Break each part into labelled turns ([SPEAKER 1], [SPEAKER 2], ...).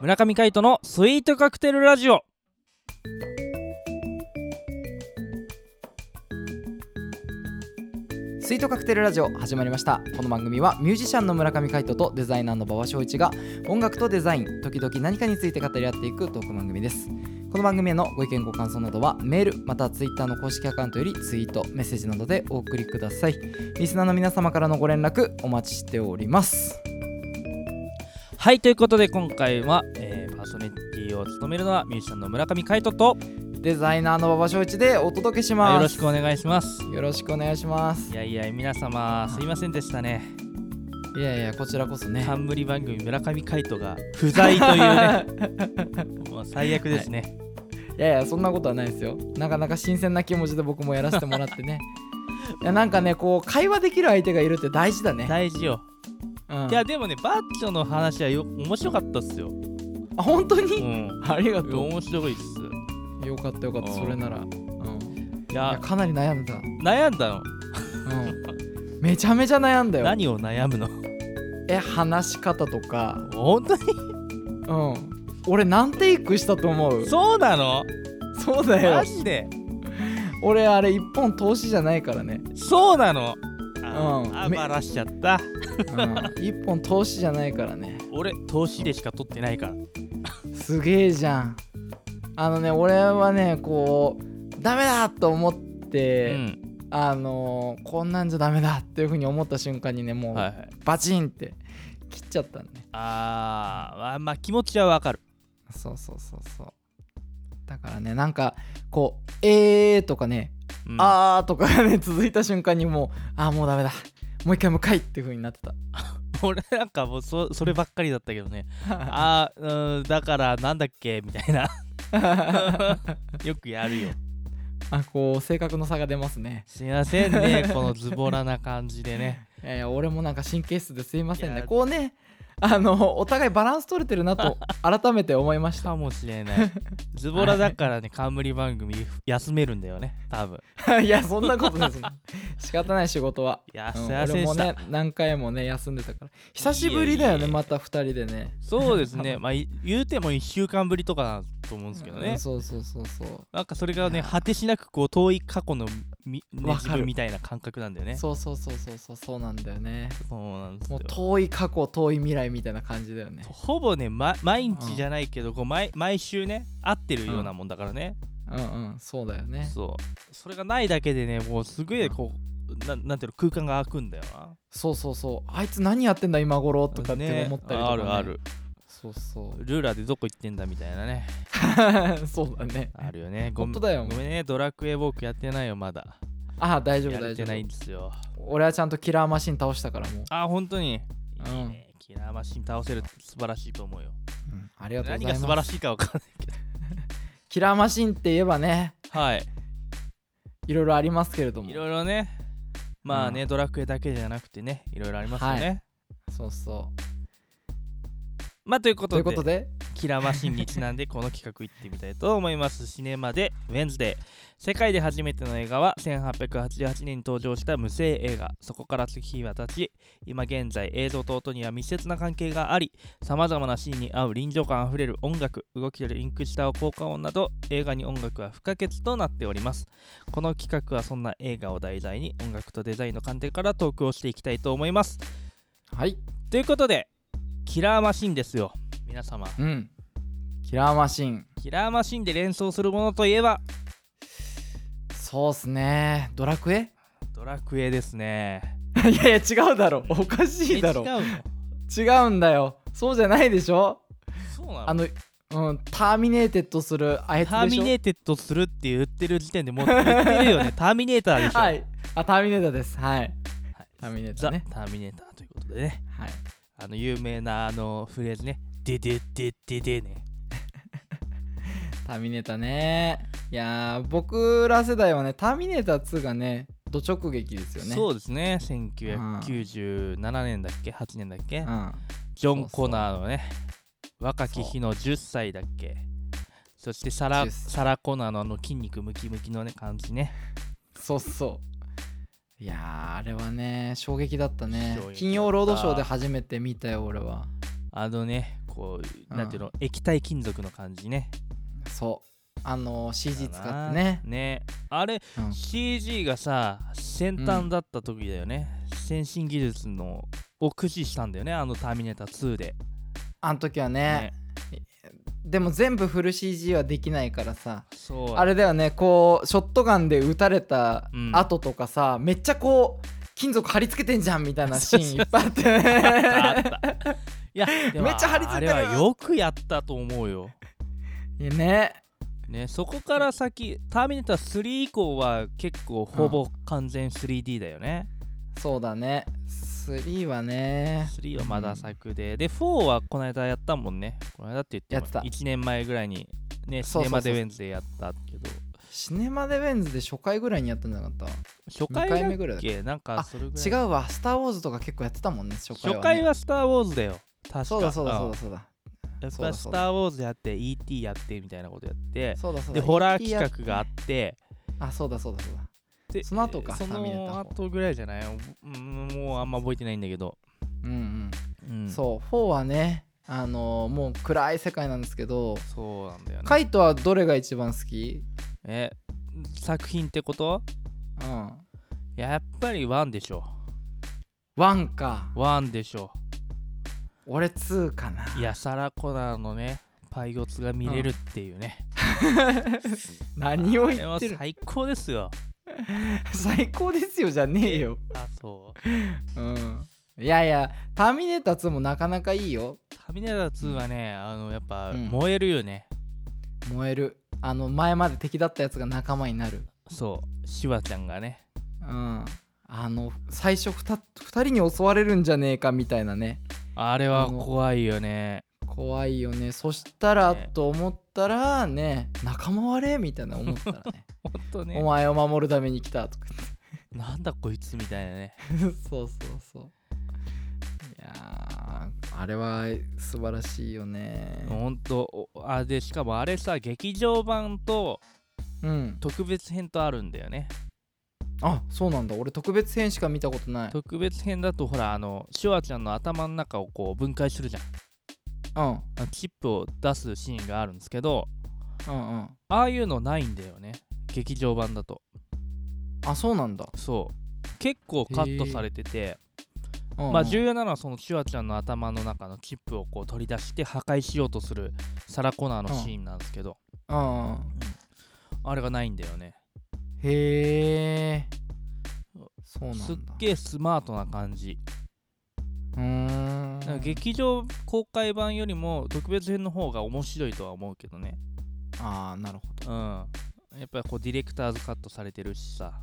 [SPEAKER 1] 村上海人のスイートカクテルラジオ
[SPEAKER 2] スイートカクテルラジオ始まりましたこの番組はミュージシャンの村上海人とデザイナーの馬場翔一が音楽とデザイン時々何かについて語り合っていくトーク番組ですこの番組へのご意見ご感想などはメールまたはツイッターの公式アカウントよりツイートメッセージなどでお送りくださいリスナーの皆様からのご連絡お待ちしております
[SPEAKER 1] はいということで今回は、えーパーソナリティを務めるのはミュージシャンの村上海人と、
[SPEAKER 2] デザイナーの馬場翔一でお届けし
[SPEAKER 1] まあ
[SPEAKER 2] ます
[SPEAKER 1] よろしくお願いします
[SPEAKER 2] よろしくお願いします
[SPEAKER 1] いやいや皆様すいませんでしたね
[SPEAKER 2] いやいやこちらこそ ね
[SPEAKER 1] 冠番組村上海人が不在という ねもう最悪ですね、
[SPEAKER 2] いやいやそんなことはないですよなかなか新鮮な気持ちで僕もやらせてもらって ねいやなんかねこう会話できる相手がいるって大事だね、
[SPEAKER 1] 大事よ、
[SPEAKER 2] うん、
[SPEAKER 1] いやでもねバッチョの話はよ面白かったっすよ、
[SPEAKER 2] あ本当
[SPEAKER 1] う
[SPEAKER 2] に、
[SPEAKER 1] ん、
[SPEAKER 2] ありが
[SPEAKER 1] いや
[SPEAKER 2] と
[SPEAKER 1] 面白いっす
[SPEAKER 2] うよかったよかった
[SPEAKER 1] うん
[SPEAKER 2] それなら、うん、い
[SPEAKER 1] い
[SPEAKER 2] や
[SPEAKER 1] や
[SPEAKER 2] かなり悩んだ、
[SPEAKER 1] 悩んだの
[SPEAKER 2] うん、めちゃめちゃ悩んだよ
[SPEAKER 1] 何を悩むの
[SPEAKER 2] え話し方とか
[SPEAKER 1] 本当に
[SPEAKER 2] うん俺何テイクしたと思う
[SPEAKER 1] そうなの
[SPEAKER 2] そうだよ
[SPEAKER 1] マジで
[SPEAKER 2] 俺あれ一本投資じゃないからね、
[SPEAKER 1] そうなのあ,、
[SPEAKER 2] うん
[SPEAKER 1] あ
[SPEAKER 2] め
[SPEAKER 1] ばらしちゃった
[SPEAKER 2] うん、一本投資じゃないからね
[SPEAKER 1] 俺投資でしか取ってないから
[SPEAKER 2] すげえじゃんあのね俺はねこうダメだと思って、
[SPEAKER 1] うん
[SPEAKER 2] あのーこんなんじゃダメだっていうふうに思った瞬間にねもう、
[SPEAKER 1] はいはい
[SPEAKER 2] バチンって切っちゃったんで
[SPEAKER 1] あーあまあ気持ちはわかる
[SPEAKER 2] そうそうそうそうだからねなんかこう「えー」とかね
[SPEAKER 1] うん
[SPEAKER 2] 「あー」とかがね続いた瞬間にもう「あーもうダメだもう一回向かい」っていうふうになってた
[SPEAKER 1] 俺なんかもうそそればっかりだったけどね
[SPEAKER 2] あ
[SPEAKER 1] あーうんだからなんだっけみたいな よくやるよ
[SPEAKER 2] こう性格の差が出ますね
[SPEAKER 1] すいませんねこのズボラな感じでね
[SPEAKER 2] いやいや俺もなんか神経質ですいません
[SPEAKER 1] い
[SPEAKER 2] ね
[SPEAKER 1] や
[SPEAKER 2] こうねあのお互いバランス取れてるなと改めて思いました
[SPEAKER 1] かもしれないズボラだからね冠番組休めるんだよね多分
[SPEAKER 2] いやそんなことです仕方ない仕事は、
[SPEAKER 1] いや
[SPEAKER 2] うん
[SPEAKER 1] すいません
[SPEAKER 2] 俺
[SPEAKER 1] で
[SPEAKER 2] も
[SPEAKER 1] した、
[SPEAKER 2] ね何回もね休んでたから久しぶりだよ
[SPEAKER 1] いえ
[SPEAKER 2] ね
[SPEAKER 1] いえ
[SPEAKER 2] また2人でね
[SPEAKER 1] そうです ねまあい言うても1週間ぶりとかだと思うんですけどね、
[SPEAKER 2] うんそうそうそうそう
[SPEAKER 1] なんかそれが
[SPEAKER 2] い
[SPEAKER 1] ね
[SPEAKER 2] やー
[SPEAKER 1] 果てしなくこう遠い過去のみ、ね、
[SPEAKER 2] わかる
[SPEAKER 1] 自分みたいな感覚なんだよねそ
[SPEAKER 2] そうそうそうそうそうそうなんだよね
[SPEAKER 1] うなんです
[SPEAKER 2] も
[SPEAKER 1] よ
[SPEAKER 2] う遠い過去遠い未来みたいな感じだよね
[SPEAKER 1] ほぼね、ま、毎日じゃないけど、こう毎毎週ね会ってるようなもんだからね、
[SPEAKER 2] うんうんそうだよね
[SPEAKER 1] そうそれがないだけでねもうすごいこう、ななんていうの空間が空くんだよな
[SPEAKER 2] そうそうそうあいつ何やってんだ今頃とかって
[SPEAKER 1] ね
[SPEAKER 2] 思ったりと
[SPEAKER 1] あ
[SPEAKER 2] か、ね
[SPEAKER 1] るある
[SPEAKER 2] そうそ
[SPEAKER 1] ルーラーでどこ行ってんだみたいなね
[SPEAKER 2] う そうだね
[SPEAKER 1] あるよねごめん
[SPEAKER 2] 本当だよ
[SPEAKER 1] ごめんねドラクエウォークやってないよまだ
[SPEAKER 2] ああ大丈夫
[SPEAKER 1] や
[SPEAKER 2] 大
[SPEAKER 1] れ
[SPEAKER 2] 丈
[SPEAKER 1] て
[SPEAKER 2] 夫
[SPEAKER 1] ないんですよ
[SPEAKER 2] 俺はちゃんとキラーマシン倒したからもう、
[SPEAKER 1] あ本当に、
[SPEAKER 2] うん
[SPEAKER 1] いいねキラーマシン倒せるって素晴らしいと思うよ
[SPEAKER 2] ありがとう
[SPEAKER 1] 何
[SPEAKER 2] ご
[SPEAKER 1] が
[SPEAKER 2] ざいます
[SPEAKER 1] 素晴らしいか分からないけど
[SPEAKER 2] キラーマシンって言えばね
[SPEAKER 1] はい。
[SPEAKER 2] いろいろありますけれども
[SPEAKER 1] いろいろね。まあね、ドラクエだけじゃなくてね、いろいろありますよね。
[SPEAKER 2] はそうそう
[SPEAKER 1] まあということで、
[SPEAKER 2] ということで
[SPEAKER 1] キラーマシンにちなんでこの企画行ってみたいと思います。シネマでウェンズデー。世界で初めての映画は1888年に登場した無声映画。そこから月日は経ち、今現在映像と音には密接な関係があり、さまざまなシーンに合う臨場感あふれる音楽、動きでリンクした効果音など、映画に音楽は不可欠となっております。この企画はそんな映画を題材に音楽とデザインの観点からトークをしていきたいと思います。
[SPEAKER 2] はい
[SPEAKER 1] ということで、キラーマシンですよ、皆様。
[SPEAKER 2] うんキラーマシン
[SPEAKER 1] キラーマシンで連想するものといえば
[SPEAKER 2] そうっすねドラ クエ
[SPEAKER 1] ドラクエですね。
[SPEAKER 2] いやいや違うだろおかしいだろ
[SPEAKER 1] え違うの
[SPEAKER 2] 違うんだよそうじゃないでしょ
[SPEAKER 1] そうなの
[SPEAKER 2] あのうんターミネーテッドするあいつでしょ
[SPEAKER 1] ターミネーテッドするって言ってる時点でもう言ってるよ ね。ターミネーターでしょ。
[SPEAKER 2] はいあターミネーターですはい
[SPEAKER 1] はい
[SPEAKER 2] ターミネーターね
[SPEAKER 1] ザ・ターミネーターということでね。
[SPEAKER 2] はい
[SPEAKER 1] あの有名なあのフレーズね。でででででね。
[SPEAKER 2] ターミネーターねいやー僕ら世代はねターミネーター2がねド直撃ですよね、
[SPEAKER 1] そううですね。1997年だっけ ?8 年だっけ
[SPEAKER 2] ん、
[SPEAKER 1] ジョン・コナーのね。若き日の10歳だっけそしてサラ
[SPEAKER 2] 10歳
[SPEAKER 1] サラ・コナーのあの筋肉ムキムキのね感じね。
[SPEAKER 2] そうそういやーあれはね衝撃だったね
[SPEAKER 1] 衝撃だった
[SPEAKER 2] 金曜ロードショーで初めて見たよ俺は
[SPEAKER 1] あのねこ
[SPEAKER 2] う
[SPEAKER 1] うんなんていうの、液体金属の感じね
[SPEAKER 2] そうあの CG
[SPEAKER 1] だ
[SPEAKER 2] 使
[SPEAKER 1] な
[SPEAKER 2] ってね
[SPEAKER 1] ねあれ、
[SPEAKER 2] うん
[SPEAKER 1] CG がさ先端だった時だよね、先進技術のを駆使したんだよねあの「ターミネーター2で」
[SPEAKER 2] あの時はねでも全部フル CG はできないからさ
[SPEAKER 1] そう
[SPEAKER 2] あれだよねこうショットガンで撃たれた
[SPEAKER 1] うん
[SPEAKER 2] 後とかさ、めっちゃこう金属貼り付けてんじゃんみたいなシーンいっぱいあって
[SPEAKER 1] あったあ っ
[SPEAKER 2] ね
[SPEAKER 1] たいやでも
[SPEAKER 2] めっちゃ張り付いてる
[SPEAKER 1] あれはよくやったと思うよ、
[SPEAKER 2] いや ね
[SPEAKER 1] ね、そこから先「ターミネーター3」以降は結構ほぼ完全 3D だよね、
[SPEAKER 2] そうだね3はね
[SPEAKER 1] 3はまだ作で、で4はこの間やったもんねこの間って言っても
[SPEAKER 2] やってた
[SPEAKER 1] 1年前ぐらいにねシ
[SPEAKER 2] そう
[SPEAKER 1] ネ
[SPEAKER 2] そうそう
[SPEAKER 1] マでウェンズでやったけど
[SPEAKER 2] シネマデベンズで初回ぐらいにやったんじゃなかっ
[SPEAKER 1] 初回
[SPEAKER 2] 二回目ぐ
[SPEAKER 1] だ
[SPEAKER 2] ら
[SPEAKER 1] っ
[SPEAKER 2] い
[SPEAKER 1] けなんか
[SPEAKER 2] あ
[SPEAKER 1] それぐらい
[SPEAKER 2] た違うわ「スター・ウォーズ」とか結構やってたもんね初回は、ね、
[SPEAKER 1] 初回は「スター・ウォーズ」だよ確か
[SPEAKER 2] そうだそうだそうだ
[SPEAKER 1] ん
[SPEAKER 2] そうだ
[SPEAKER 1] やっ
[SPEAKER 2] そう
[SPEAKER 1] ぱ「
[SPEAKER 2] だ
[SPEAKER 1] ス
[SPEAKER 2] そうだ
[SPEAKER 1] ター・ウォーズ」やって ET やってみたいなことやって
[SPEAKER 2] そうだそう
[SPEAKER 1] で
[SPEAKER 2] だ
[SPEAKER 1] ホラー企画があ
[SPEAKER 2] あ
[SPEAKER 1] って
[SPEAKER 2] あそうだそうだそうだ
[SPEAKER 1] で
[SPEAKER 2] その後か
[SPEAKER 1] そ
[SPEAKER 2] ターミネータ
[SPEAKER 1] の
[SPEAKER 2] ーフォー
[SPEAKER 1] 後ぐらいじゃないうんもうあんま覚えてないんだけど、
[SPEAKER 2] うんうん、
[SPEAKER 1] うん、
[SPEAKER 2] そう4はねあのーもう暗い世界なんですけど
[SPEAKER 1] そうなんだよね
[SPEAKER 2] カイトはどれが一番好き
[SPEAKER 1] え作品ってこと
[SPEAKER 2] うん
[SPEAKER 1] やっぱりワンでしょ
[SPEAKER 2] ワンか
[SPEAKER 1] ワンでしょ
[SPEAKER 2] 俺2かない
[SPEAKER 1] やサラコナーのねパイオツが見れるっていうね、
[SPEAKER 2] 何を言
[SPEAKER 1] あ
[SPEAKER 2] って
[SPEAKER 1] れは
[SPEAKER 2] る
[SPEAKER 1] 最高ですよ
[SPEAKER 2] 最高ですよじゃねえよ
[SPEAKER 1] あそう
[SPEAKER 2] うんいやいや「ターミネーター2」もなかなかいいよ
[SPEAKER 1] 「タミネーター2」はね、あのやっぱ
[SPEAKER 2] うん
[SPEAKER 1] 燃えるよね、
[SPEAKER 2] 燃えるあの前まで敵だったやつが仲間になる
[SPEAKER 1] そうシュワちゃんがね
[SPEAKER 2] うんあの最初 2, 人に襲われるんじゃねえかみたいなね
[SPEAKER 1] あれは
[SPEAKER 2] あの
[SPEAKER 1] 怖いよね
[SPEAKER 2] 怖いよねそしたら、
[SPEAKER 1] ね
[SPEAKER 2] と思ったらね仲間割れみたいな思ったら ね
[SPEAKER 1] ほんと
[SPEAKER 2] お
[SPEAKER 1] ね
[SPEAKER 2] 前を守るために来たとか
[SPEAKER 1] なんだこいつみたいなね
[SPEAKER 2] 言って そうそうそういやーあれは素晴らしいよね
[SPEAKER 1] ほんとおあでしかもあれさ劇場版と
[SPEAKER 2] うん
[SPEAKER 1] 特別編とあるんだよね
[SPEAKER 2] あそうなんだ俺特別編しか見たことない
[SPEAKER 1] 特別編だとほらあのシュワちゃんの頭の中をこう分解するじゃん
[SPEAKER 2] うんうん
[SPEAKER 1] あのチップを出すシーンがあるんですけど
[SPEAKER 2] うん
[SPEAKER 1] ああいうのないんだよね劇場版だと
[SPEAKER 2] あそうなんだ、
[SPEAKER 1] そう結構カットされてて、
[SPEAKER 2] うんうん
[SPEAKER 1] まあ重要なのはそのシュワちゃんの頭の中のチップをこう取り出して破壊しようとするサラコナーのシーンなんですけど、
[SPEAKER 2] うんうん
[SPEAKER 1] あれがないんだよね
[SPEAKER 2] へえ。そうなんだ。
[SPEAKER 1] すっげえスマートな感じ、
[SPEAKER 2] うーん。
[SPEAKER 1] だから劇場公開版よりも特別編の方が面白いとは思うけどね
[SPEAKER 2] ああ、なるほ
[SPEAKER 1] うんやっぱりこうディレクターズカットされてるしさ、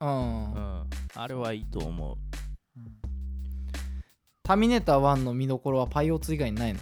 [SPEAKER 2] ど。うん。
[SPEAKER 1] うん、あれはいいと思う
[SPEAKER 2] ターミネーター1の見どころはパイオツ以外にないの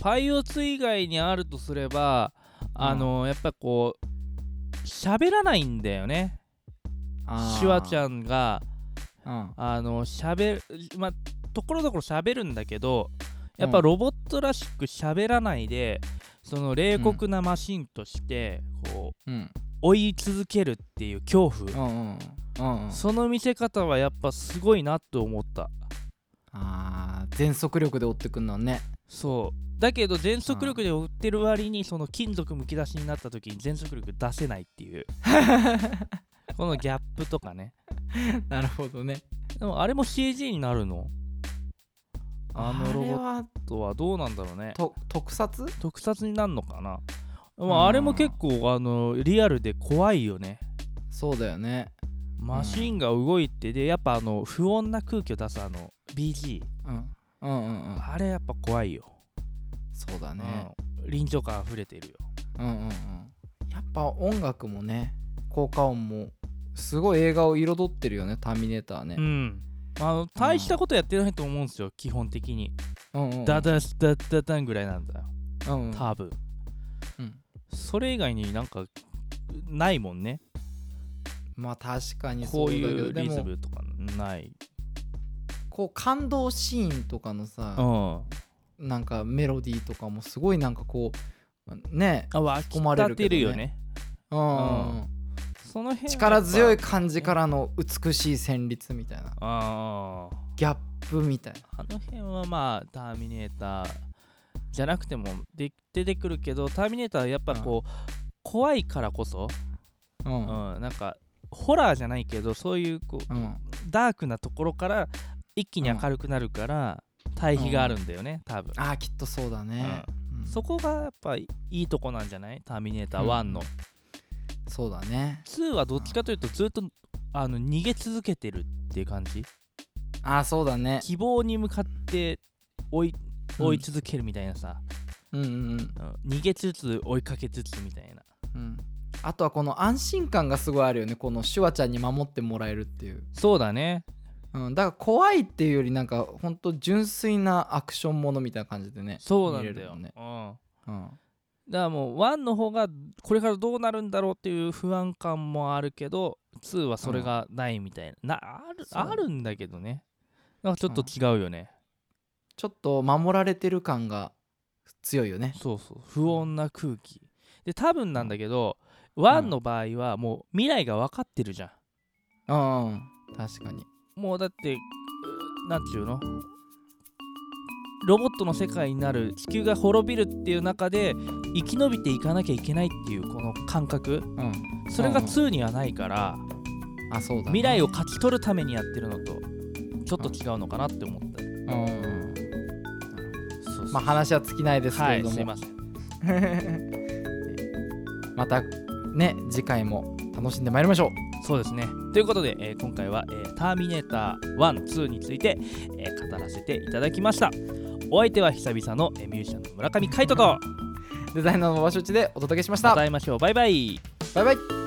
[SPEAKER 1] パイオツ以外にあるとすればあの、やっぱこう喋らないんだよねシュワちゃ
[SPEAKER 2] ん。
[SPEAKER 1] んが
[SPEAKER 2] うん。
[SPEAKER 1] あの喋るまあところどころ喋るんだけどやっぱ
[SPEAKER 2] うん
[SPEAKER 1] ロボットらしく喋らないで、その冷酷なマシンとしてこう
[SPEAKER 2] うん。
[SPEAKER 1] 追い続けるっていう恐怖、
[SPEAKER 2] うんうん。うんうん。
[SPEAKER 1] その見せ方はやっぱすごいなと思った
[SPEAKER 2] ああ、全速力で追ってくんのね。
[SPEAKER 1] そうだけど全速力で追ってる割にその金属むき出しになった時に全速力出せないって いうこのギャップとかね
[SPEAKER 2] なるほどね。
[SPEAKER 1] でもあれも CG になるのあのロボ
[SPEAKER 2] あれ
[SPEAKER 1] ッ
[SPEAKER 2] は
[SPEAKER 1] トはどうなんだろうね
[SPEAKER 2] と特撮
[SPEAKER 1] 特撮になるのかなま
[SPEAKER 2] うん
[SPEAKER 1] ああれも結構あのリアルで怖いよね
[SPEAKER 2] そうだよね。
[SPEAKER 1] マシンが動いてでやっぱあの不穏な空気を出すあの BG
[SPEAKER 2] うん。うんうんうん。
[SPEAKER 1] あれやっぱ怖いよ、
[SPEAKER 2] そうだね。
[SPEAKER 1] うん、臨場感あふれてるよ
[SPEAKER 2] うんうんうん。やっぱ音楽もね、効果音も、すごい映画を彩ってるよね、ターミネーターね
[SPEAKER 1] う。んあの大したことやってないと思うんですよ基本的に
[SPEAKER 2] うんうんうん
[SPEAKER 1] ダダスダッダダンぐらいなんだよ
[SPEAKER 2] うんうん
[SPEAKER 1] 多分
[SPEAKER 2] うん
[SPEAKER 1] それ以外になんかないもんね
[SPEAKER 2] まあ確かにそ
[SPEAKER 1] こ
[SPEAKER 2] う
[SPEAKER 1] う
[SPEAKER 2] だけど
[SPEAKER 1] いうリズ
[SPEAKER 2] でも
[SPEAKER 1] ムとかない
[SPEAKER 2] こう感動シーンとかの
[SPEAKER 1] う
[SPEAKER 2] さ、
[SPEAKER 1] ん
[SPEAKER 2] なんかメロディーとかもすごいなんかこうね
[SPEAKER 1] あ湧き
[SPEAKER 2] 込まれ
[SPEAKER 1] 立
[SPEAKER 2] る
[SPEAKER 1] て
[SPEAKER 2] けどね
[SPEAKER 1] るよね
[SPEAKER 2] うん、
[SPEAKER 1] んその辺はやっぱ
[SPEAKER 2] 力強い感じからの美しい旋律みたいな
[SPEAKER 1] ああ
[SPEAKER 2] ギャップみたいな
[SPEAKER 1] あの辺はまあターミネーターじゃなくてもで出てくるけどターミネーターはやっぱこう、怖いからこそ、
[SPEAKER 2] うん
[SPEAKER 1] う
[SPEAKER 2] うん
[SPEAKER 1] ん、なんかホラーじゃないけどそういうこうダークなところから一気に明るくなるから対比があるんだよね、多分
[SPEAKER 2] ああきっとそうだね、うん
[SPEAKER 1] そこがやっぱいいとこなんじゃないターミネーター1の、
[SPEAKER 2] うんそうだね
[SPEAKER 1] 2はどっちかというとずっとあの逃げ続けてるっていう感じ
[SPEAKER 2] ああそうだね
[SPEAKER 1] 希望に向かって追い追い続けるみたいなさ、
[SPEAKER 2] うんうんうん
[SPEAKER 1] うん逃げつつ追いかけつつみたいな
[SPEAKER 2] うんあとはこの安心感がすごいあるよねこのシュワちゃんに守ってもらえるっていう、
[SPEAKER 1] そうだね
[SPEAKER 2] うん、だから怖いっていうよりなんかほんと純粋なアクションものみたいな感じでね
[SPEAKER 1] そうなん
[SPEAKER 2] 見
[SPEAKER 1] だ
[SPEAKER 2] れる
[SPEAKER 1] よ、
[SPEAKER 2] もんね
[SPEAKER 1] うん
[SPEAKER 2] うん
[SPEAKER 1] だからもう1の方がこれからどうなるんだろうっていう不安感もあるけど2はそれがないみたいな,、なある
[SPEAKER 2] そう
[SPEAKER 1] あるんだけどねなんかちょっと違うよね、
[SPEAKER 2] ちょっと守られてる感が強いよね
[SPEAKER 1] そうそう不穏な空気で多分なんだけど1の場合はもう未来が分かってるじゃん
[SPEAKER 2] うんうん確かに
[SPEAKER 1] もうだってうなんていうのロボットの世界になる地球が滅びるっていう中で生き延びていかなきゃいけないっていうこの感覚
[SPEAKER 2] うん
[SPEAKER 1] それが
[SPEAKER 2] うんうん
[SPEAKER 1] 2にはないから
[SPEAKER 2] あそうだ、ね、
[SPEAKER 1] 未来を勝ち取るためにやってるのとちょっと違うのかなって思った
[SPEAKER 2] うんうんうん
[SPEAKER 1] そうそう
[SPEAKER 2] まあ話は尽きないですけ
[SPEAKER 1] は
[SPEAKER 2] れ
[SPEAKER 1] い
[SPEAKER 2] ど
[SPEAKER 1] すい
[SPEAKER 2] も、
[SPEAKER 1] ません
[SPEAKER 2] またね次回も楽しんでまいりましょう
[SPEAKER 1] そうですねということで、えー今回は、えーターミネーター12」について、えー語らせていただきましたお相手は久々の、えーミュージシャンの村上海人と
[SPEAKER 2] デザイナーの場所地でお届けしました
[SPEAKER 1] また会いましょうバイバイ
[SPEAKER 2] バイバイ